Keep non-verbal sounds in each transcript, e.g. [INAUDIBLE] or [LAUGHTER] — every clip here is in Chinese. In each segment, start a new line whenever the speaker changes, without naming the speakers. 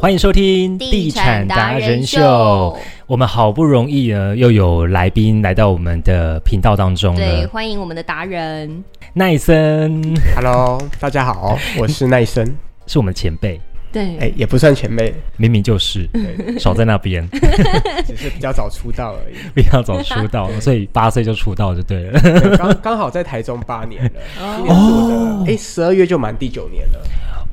欢迎收听《地产达人秀》，我们好不容易呢又有来宾来到我们的频道当中
对，
了。
欢迎我们的达人，
奈森
Hello，大家好，我是奈生，
[LAUGHS]
是我们前辈，
对，
哎、也不算前
[LAUGHS]
辈，
明明就是少在那 [LAUGHS] 边，
只是比较早出道而已。
不要早出道，所以八岁就出道就对了。 [LAUGHS]
对
[LAUGHS]
刚刚好在台中八年了，
哦
今年是我的哎，十二、月就满第九年了，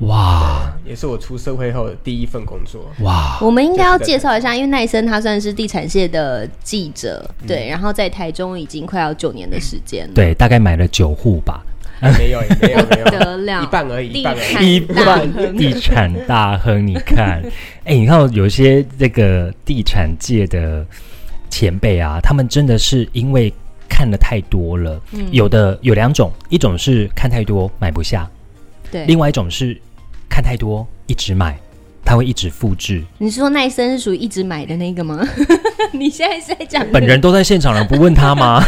哇
也是我出社会后的第一份工作。
哇，
我们应该要介绍一下，因为奈森他算是地产界的记者，对，然后在台中已经快要九年的时间了，
对，大概买了九户吧，
哎没有，没有，没有，
[LAUGHS] 得了
一半而已，
地
一半而已。
产大亨，
地产大亨，你看，哎、你看有一些这个地产界的前辈啊，他们真的是因为看的太多了，有的有两种，一种是看太多买不下，
对
另，外一种是看太多一直买，他会一直复制。
你是说奈森是属于一直买的那个吗？ [LAUGHS] 你现在是在讲
本人都在现场了，不问他吗？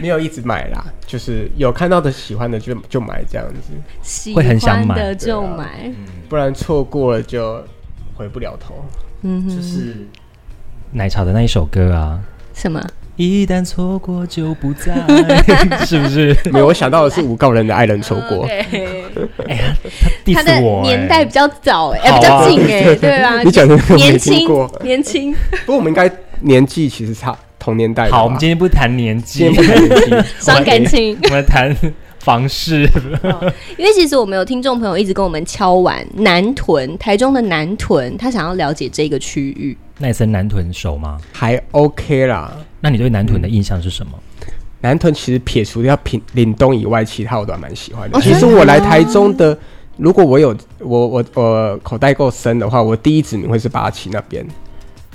没有一直买啦，就是有看到的喜欢的就就买这样子，
喜
会很想
欢
买
的就
对啊
买，
不然错过了就回不了
[LAUGHS]
头。
嗯哼，
就是
奶茶的那一首歌啊，
什么？
一旦错过就不再，是不是？
没有，我想到的是吴告人的《爱人错过》
[LAUGHS] 对，
diss
他的
我欸
年代比较早哎，
好
哎比较
啊
近哎，对啊，
[LAUGHS] 你讲的我没
年
听
轻
过，，
年轻，
不过我们应该年纪其实差同年代的吧。
好，我们今天不谈年纪
今，天不谈年 [LAUGHS] 纪
伤感情。
我们谈房事。
因为其实我们有听众朋友一直跟我们敲完南屯，台中的南屯，他想要了解这个区域。
奈森南屯熟吗？
还 OK 啦。
那你对南
嗯
屯的印象是什么？
南屯其实撇除掉屏岭东以外，其他我都还蛮喜欢的。
哦
其实
真的
我来
吗
台中的，如果我有我我我口袋够深的话，我第一指名会是八旗那边。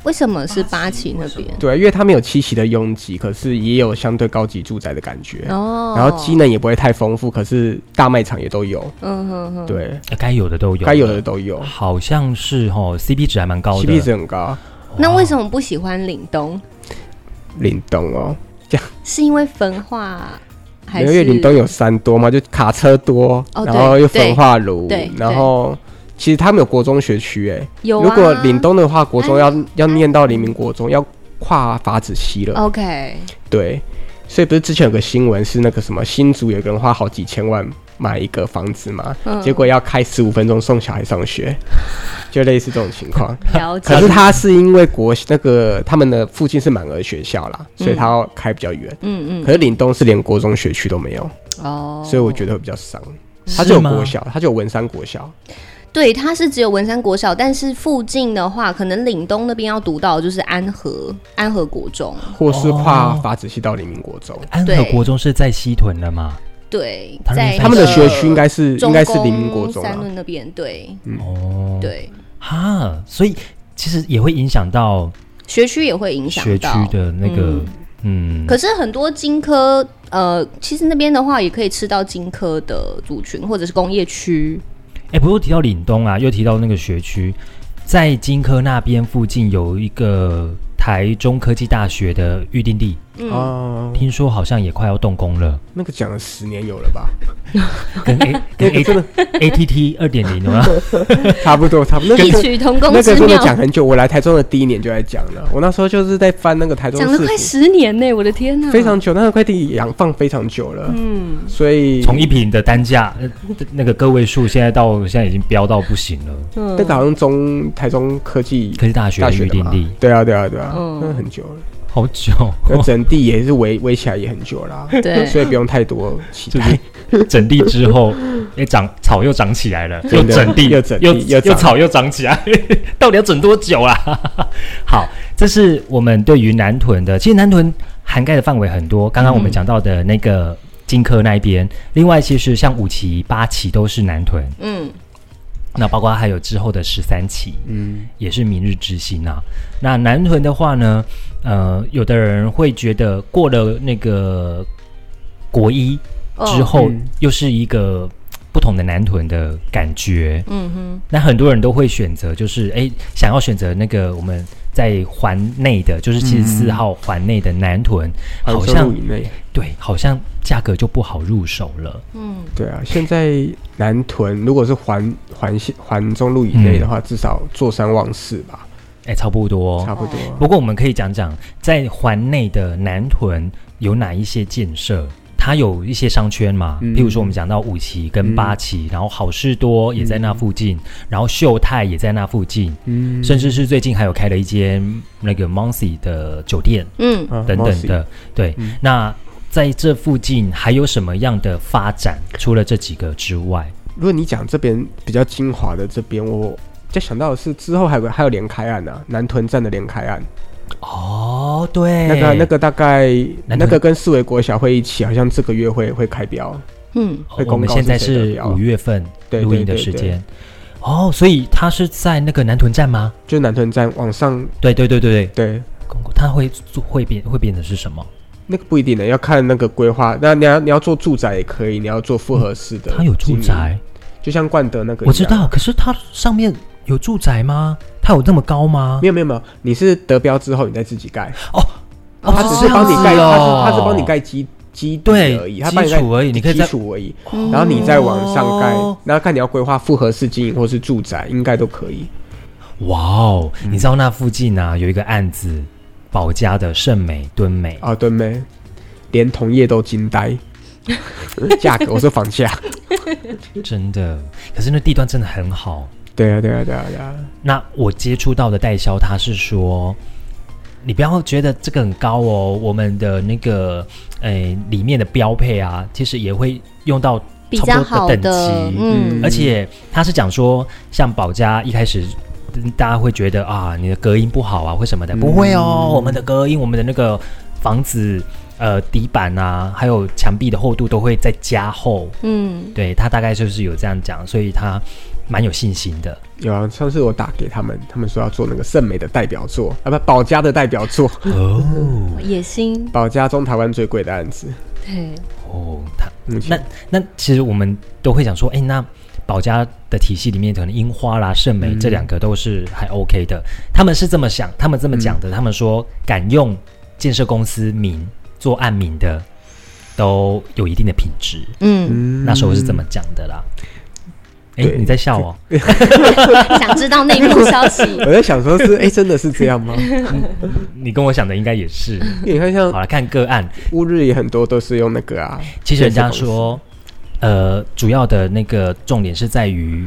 为什么是八旗那边？
对，啊因为它没有七旗的拥挤，可是也有相对高级住宅的感觉。
哦，
然后机，能也不会太丰富，可是大卖场也都有，
嗯哼哼，
对，
呃该有的都有，
该有的都有
好像是哦 c p 值还蛮高的。
，CP 值很高。
那为什么不喜欢岭东？
岭东哦，
是因为焚化还
因
是？
为岭东有山多嘛，就卡车多，
哦
然后
对
又焚化炉
对对，
然后其实他们有国中学区哎、
有啊哎
如果岭东的话，国中要
安
要念到黎明国中，要跨法子溪
哦
了。
[LAUGHS] ，OK，
对，所以不是之前有个新闻是那个什么新竹有个人花好几千万买一个房子嘛，
嗯
结果要开十五分钟送小孩
[LAUGHS]
上学，就类似这种情况。
了解
可。是他是因为国那个他们的附近是满额学校啦，所以他要开比较远。
嗯
可是岭东是连国中学区都没有，
嗯，哦，
所以我觉得会比较伤。
哦是
它就有
吗
国小，它就有文山国小，
对，它是只有文山国小，但是附近的话，可能岭东那边要读到的就是安和安和国中，
或是跨
哦
法子溪到黎明国中。
哦
安和
对
国中是在西屯的嘛？
对，
他们
在
那
他们的
那
学
个
区应该是应该是
哦中
黎明国
宫
中
三
啊，
论那边，对
嗯
哦，，
对，
哈，所以其实也会影响到
学区也会影响
学区
到。
的那个，嗯，
可是很多金科，呃，其实那边的话也可以吃到金科的族群或者是工业区，
哎、不过提到岭东啊，又提到那个学区，在金科那边附近有一个台中科技大学的预定地，
嗯，
哦，
听说好像也快要动工了，
那个讲了十年有了吧？ [LAUGHS]
跟 A 跟 A
真的
ATT 二点零
[LAUGHS]
啊，
差不多，差不多。
[LAUGHS]
那
异
个
曲同工
那
之
个真的
妙，
讲很久，我来台中的第一年就在讲了。我那时候就是在翻那个台中
讲了
市
快
府，
十年呢、我的天哪、
非常久，那个快递养放非常久了，
嗯，
所以
从一瓶的单价、呃那个个位数，现在到现在已经飙到不行了。
嗯
那个好像中台中科技
科技大学
大
的
学
预
的
定
嘛
地，
对啊，对啊，对啊，
嗯
那很久了，
好
[LAUGHS]
久，
那整地也是围围起来也很久啊啦，
对
所以不用太多期
就
待。
是整地之后，也长草又长起来了，又
真的
整地
又整地
又
又长
草又长起来， [LAUGHS] 到底要整多久啊？ [LAUGHS] 好，这是我们对于南屯的，其实南屯涵盖的范围很多，刚刚我们
嗯
讲到的那个金科那一边，另外其实像五期、八期都是南屯，
嗯，
那包括还有之后的十三期，
嗯，
也是明日之星啊。那南屯的话呢，呃，有的人会觉得过了那个国一之
哦，
后，
嗯
又是一个不同的南屯的感觉。
嗯哼，
那很多人都会选择，就是哎，诶想要选择那个我们。在环内的，就是七十四号环内的南屯，好
杭州
像
路以内。
对，好像价格就不好入手了。
嗯，
对啊，现在南屯如果是环环线环中路以内的
嗯
话，至少坐山望市吧，
哎，差不多。
差不多。
不过我们可以讲讲在环内的南屯有哪一些建设。它有一些商圈嘛，
嗯
譬如说我们讲到五期跟八期，然后好事多也在那附近，然后秀泰也在那附近，
嗯
甚至是最近还有开了一间那个 Moncy 的酒店
嗯，
啊
等等的。对，
嗯
那在这附近还有什么样的发展？除了这几个之外，
如果你讲这边比较精华的这边，我就想到的是之后还有个还有连开岸啊，南屯站的连开岸，
哦，对，
那个那个大概
南屯
那个跟四维国小会一起，好像这个月会会开标，
嗯，
哦
会
我
公
们
告
现在
是谁得
是
标
五月份
对
录
对
音的
对
时
对
间。哦，所以它是在那个南屯站吗？
就南屯站往上，
对对对对对，
对，
公它会会变会变的是什么？
那个不一定的，要看那个规划。那你要你要做住宅也可以，你要做复合式的、
嗯它有住，宅，
就像冠德那个一样，
我知道，可是它上面有住宅吗？它有这么高吗
没？有没有没有，你是得标之后你再自己盖，
哦
他只是帮你盖，
这样子哦
他是他是帮你盖基基底
对
而已，他帮你
基
盖
础而已，你可以
基
在
础而已，
嗯
然后你再往上盖
哦，
然后看你要规划复合式经营或是住宅，应该都可以。
哇哦！
嗯
你知道那附近啊有一个案子，保家的盛美敦美，
啊，对没？连同业都惊呆， [LAUGHS] 价格我说房价，
真的，可是那地段真的很好。
对啊对啊对啊对啊，
那我接触到的代销，他是说，你不要觉得这个很高哦，我们的那个诶、里面的标配啊，其实也会用到
比
差
较
不多
好
的等
的
级，，
嗯
嗯
而且他是讲说，像保家一开始。嗯大家会觉得啊，你的隔音不好啊，或什么的，
嗯
不会哦。我们的隔音，我们的那个房子，呃，底板啊，还有墙壁的厚度都会再加厚。
嗯，
对他大概就是有这样讲，所以他蛮有信心的。
有啊，上次我打给他们，他们说要做那个圣美的代表作，啊不，保家的代表作， [LAUGHS]
哦
嗯野心，
保家中台湾最贵的案子，
对，
哦，他
目前
那其实我们都会想说，哎，那保家的体系里面，可能樱花啦、圣美
嗯
这两个都是还 OK 的。他们是这么想，他们这么讲
嗯
的，他们说敢用建设公司名做案名的，都有一定的品质。
嗯，
嗯
那时候是这么讲的啦。哎，
对
你在笑哦？
想知道内幕消息， [LAUGHS]
我在想说
[LAUGHS]
是，哎、真的是这样吗？
你跟我想的应该也
[LAUGHS]
是。
因为你看，像
好了，看个案，
乌日也很多都是用那个啊，
其实人家说，呃，主要的那个重点是在于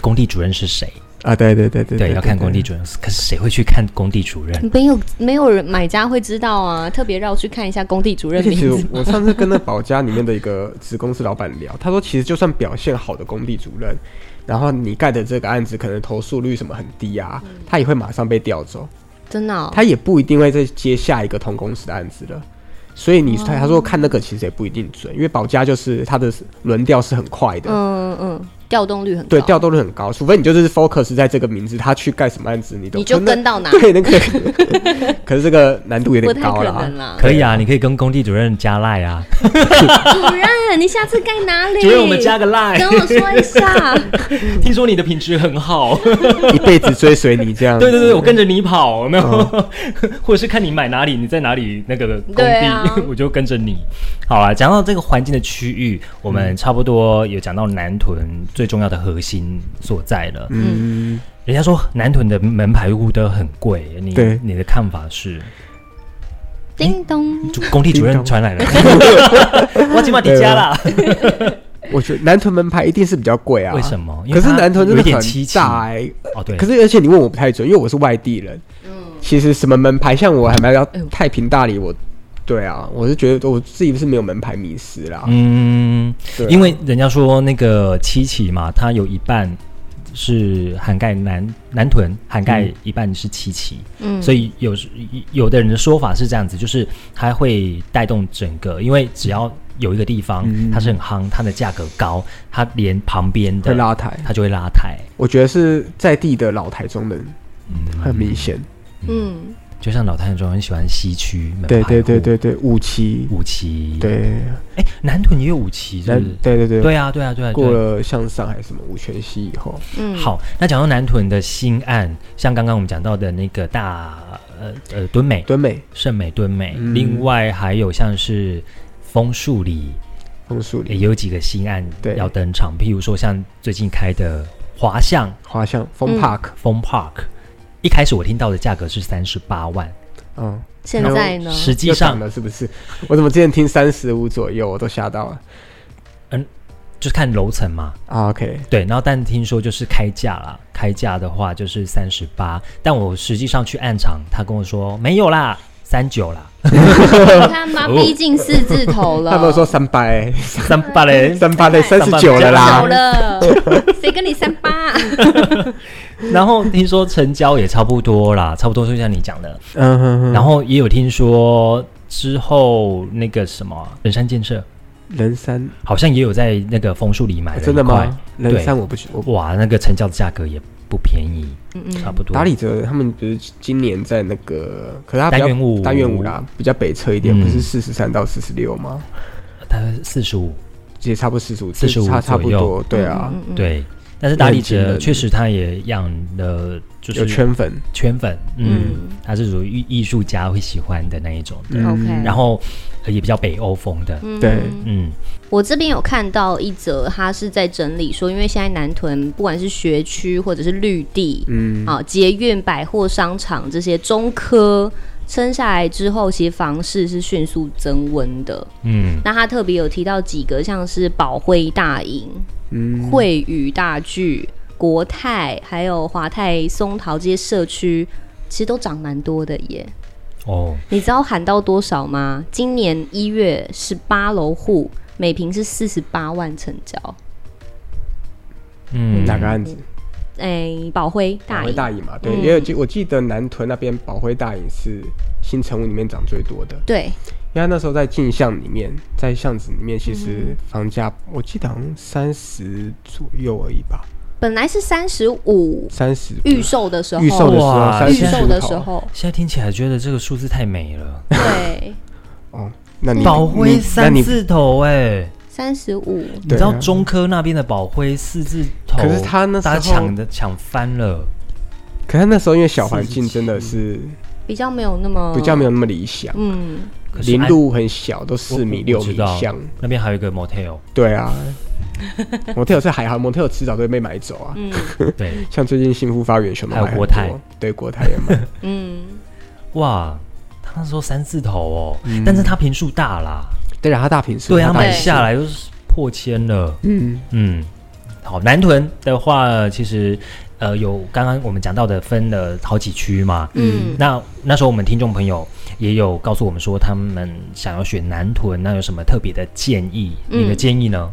工地主任是谁。
啊，对对对对嗯
对，要看工地主任。可是谁会去看工地主任？
没有没有人买家会知道啊，特别绕去看一下工地主
而
任
且 [LAUGHS] 其
名
实
字，
我上次跟那保家里面的一个子公司老板聊，他说其实就算表现好的工地主任，然后你盖的这个案子可能投诉率什么很低啊，
嗯
他也会马上被调走，
真的哦、
他也不一定会再接下一个同公司的案子了。所以
哦
你他他说看那个其实也不一定准，因为保家就是他的轮调是很快的，
嗯嗯，调动率很高，
对，调动率很高，除非你就是 focus 在这个名字，他去盖什么案子你都
你就
可能
跟到哪，
[LAUGHS] 对
[LAUGHS]
那个，可是这个难度有
不
点
太
高
可
啦
能。
[LAUGHS]
啦。
可以啊，你可以跟工地主任加赖啊，
主任，你下次盖哪里？
主任我们加个赖
跟，我说一
[LAUGHS]
下。
听说你的品质很好，
一辈子追随你这样。
[LAUGHS] 对对对，我跟着你跑，
嗯
有没有？ [LAUGHS] 或者是看你买哪里，你在哪里那个工
对
地，
啊
[LAUGHS] 我就跟着你。好啦，讲到这个环境的区域，我
嗯
们差不多有讲到南屯最重要的核心所在了。
嗯，
人家说南屯的门牌户都很贵，你
对
你的看法是？
叮咚，
主工地主任
叮咚
传
[LAUGHS]
来了，我起码底家啦。
我觉得南屯门牌一定是比较贵啊。
为什？么？因
可
为
是
它
南屯
有
真
一
的
点
很
凄凄
大哎、
哦，对，
可是而且你问我不太准，因为我是外地人。其实什么门牌，像我还蛮要
哎呦
太平大理，我对啊，我是觉得我自己是没有门牌迷失啦。
嗯，
对啊
因为人家说那个七期嘛，它有一半是涵盖南南屯，涵盖一半是七期，
嗯，
所
以
以有时有的人的说法是这样子，就是它会带动整个，因为只要有一个地方
嗯
它是很夯，它的价格高，它连旁边
会
的
拉抬，
它就会拉抬。
我觉得是在地的老台中人，很明显。
嗯，
嗯就像老太中很喜欢西区门牌
对对对
户
对对，五期，
嗯五期，，
对，
哎，南屯也有五期，是
那
不是？
对对对，
对啊，对啊，对啊，对啊
过了向上还是什么五泉溪以后，
嗯，
好，那讲到南屯的新案，像刚刚我们讲到的那个大呃呃敦美、
敦美、
圣美、敦美，
嗯
另外还有像是枫树里
枫树
也
林、
有几个新案
对
要登场，譬如说像最近开的华巷
花巷、枫
嗯
Park，
风 Park，一开始我听到的价格是三十八万，
嗯，
现在呢？
实际
又涨
上
了是不是？我怎么之前听三十五左右，我都吓到了。
就是看楼层嘛，
啊 OK，
对，然后但听说就是开价啦，开价的话就是三十八，但我实际上去暗场，他跟我说没有啦，三九啦，
他妈逼近四字头了，
哦他们说三百、
三八嘞。
三八类三十九了
走
啦， [LAUGHS]
了，谁跟你三八？
然后听说成交也差不多啦，差不多就像你讲的。
嗯哼哼，
然后也有听说之后那个什么人山建设，
人三、
好像也有在那个枫树里买
啊
了、
真的吗？？人三我不我不
哇，那个成交的价格也不便宜，
嗯嗯
差不多。
打理折，他们不是今年在那个，可是他比较
单元五
单元五啦，比较北侧一点，
嗯
不是四十三到四十六吗？
呃大概四十五，
也差不多四十五，
45
差差不
左
多，对啊，，
嗯嗯嗯
对。但是打理
那很惊
哲
人
确实他也养了，就是
有圈粉，
圈粉，嗯，
嗯
他是属于艺艺术家会喜欢的那一种的，
嗯
OK
然后呃也比较北欧风的，
嗯
对
嗯，
我这边有看到一则，他是在整理说，因为现在南屯不管是学区或者是绿地，
嗯，
啊，捷运、百货商场这些中科撑下来之后，其实房市是迅速增温的。
嗯，
那他特别有提到几个，像是宝汇大营、
嗯，
惠宇大聚、国泰，还有华泰松桃这些社区，其实都涨蛮多的耶。
哦，
你知道喊到多少吗？今年一月十八楼户每平是四十八万成交，
嗯，
哪个案子？
哎、宝辉
宝
大
辉
营，
大营嘛，对，
嗯
也有记，我记得南屯那边宝辉大营是新城屋里面涨最多的，
对，
因为他那时候在进巷里面，在巷子里面，其实房价我记得好像三十左右而已吧，
本来是三十五
三十
预售的时候，
预售的时候
哇
三
预
十
售
出
的
头
时，候，
现在听起来觉得这个数字太美了，
对，
哦，那你
宝辉
你那
三
你啊
字头哎、
三十五，
你
对
知道
啊
中科那边的宝辉四字头，
可是他那时
大
候
家抢的抢翻了，
可是那时候因为小环境真的是
比较没有那么
比较没有那么理想，
嗯，
可是
林
安
路很小，都四米
我
六
我
米
知道
巷，
那边还有一个
[LAUGHS]
motel，
对啊。模特是还好，模特迟早都会被买走啊。
嗯
对，
像最近幸福发源熊猫
还有
买很
国泰
多，对国泰也
[LAUGHS]
买。
嗯，
哇，他那时候三字头哦，但是他平数大啦，
对啊，它大平数，
对啊，
嗯它大
买
平数
下来就是破千了，
嗯，
嗯，好，南屯的话其实呃有刚刚我们讲到的分了好几区嘛，
嗯
那那时候我们听众朋友也有告诉我们说，他们想要选南屯，那有什么特别的建议？你的
嗯
建议呢？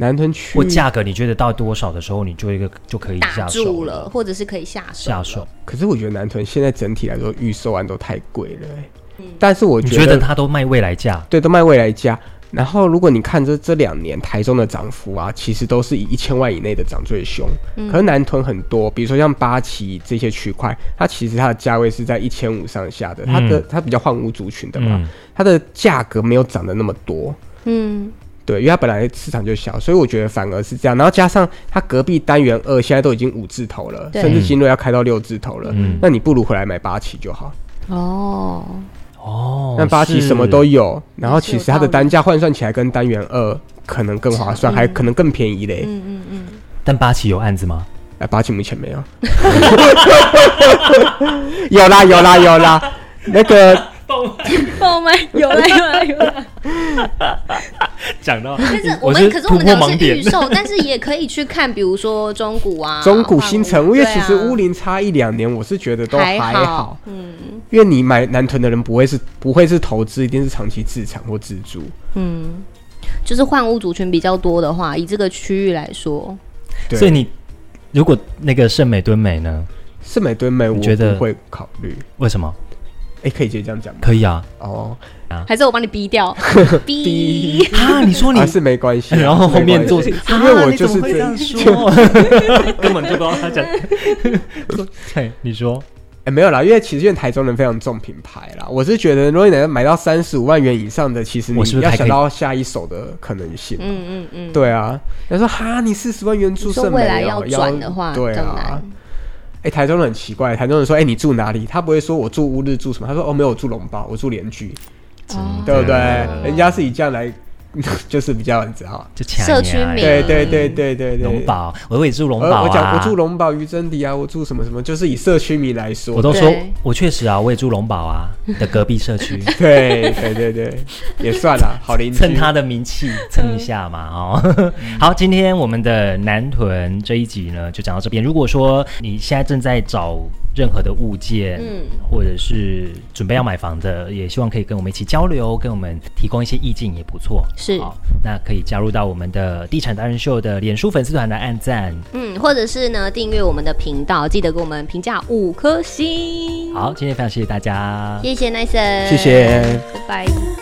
南屯区
或价格你觉得到多少的时候，你就一个就可以
打
下
住
手
了，或者是可以下手
下
了
手，，
可是我觉得南屯现在整体来说预售案都太贵了、欸
嗯
但是我
你
觉
觉得
得
他都卖未来价？
对都卖未来价。然后如果你看这这两年台中的涨幅啊，其实都是以一千万以内的涨最凶。可是南屯很多，比如说像八旗这些区块，它其实它的价位是在一千五上下的，它的、
嗯
它比较换屋族群的嘛，
嗯，
它的价格没有涨得那么多。
嗯，
对，因为它本来市场就小，所以我觉得反而是这样。然后加上它隔壁单元二现在都已经五字头了，
对
甚至金瑞要开到六字头了，
嗯
那你不如回来买八旗就好。
[LAUGHS] 哦，
哦，
那八旗什么都
有，
有，然后
也是有
其实它
道
的
理
单价换算起来跟单元二可能更划算，还可能更便宜嘞。
嗯嗯嗯，
但八旗有案子吗？
哎，八旗目前
[LAUGHS]
没有， [LAUGHS] 有啦有啦有啦，那个
啊爆卖哦有了有了有了，
讲到，
[LAUGHS] 但是
嗯我
我
是
们可是我
突
们
破
讲的
盲
是
点
预售，但是也可以去看，比如说中古啊，
中古
换屋
新城屋，因为其实
对啊
屋龄差一两年，我是觉得都
还
还好，
嗯
因为你买南屯的人不会是不会是投资，一定是长期自产或自住。
嗯，就是换屋族群比较多的话，以这个区域来说，
对
所以你如果那个圣美敦美呢？
是美对美，我
你觉得
不会考虑。
为什么
哎，可以直接这样讲吗？
可以
[LAUGHS]
啊？
哦，
还是我帮你逼
[LAUGHS]
掉，逼，
啊，你说你
啊，是没关系啊。
[LAUGHS] 然后后面
没
做
关
是
系，
因
因为我
啊
就
这
是
[LAUGHS]
最
样说，根本就不知道他讲。对，你说
哎，没有啦，因为其实因为台中人非常重品牌啦，我是觉得如果你能买到三十五万元以上的，其实你
我是不是
要
还可
想
以
到下一手的可能性。
嗯嗯
[LAUGHS]
嗯，
对啊，他说哈，你四十万元住
你说
圣美、哦，
未来要转的话
对
比较
啊
难。
哎、台中人很奇怪，台中人说：“哎、你住哪里？”他不会说我住乌日住什么，他说：“哦，没有，我住龙堡，我住联居，
哦
对不对？”
嗯
人家是以这样来， [LAUGHS] 就是比较你知道。
就抢啊哎
社区
呀
名
对对对对对对，
龙宝，我也住龙
呃
宝
我讲
啊，
我住龙堡、于真迪啊，我住什么什么，就是以社区名来说。
我都说
对
我确实啊，我也住龙宝啊的隔壁社
[LAUGHS]
区，
嗯对对对对，也算啦，好邻居。
蹭他的名气
嗯
蹭一下嘛
[LAUGHS]
哦。好，今天我们的南屯这一集呢就讲到这边。如果说你现在正在找任何的物件，
嗯
或者是准备要买房的，也希望可以跟我们一起交流，跟我们提供一些意见也不错。
是
好，那可以加入到我们的地产达人秀的脸书粉丝团来按赞。
嗯，或者是呢，订阅我们的频道，记得给我们评价五颗星。
好，今天非常谢谢大家，
谢谢 Nice，
谢谢。
拜拜。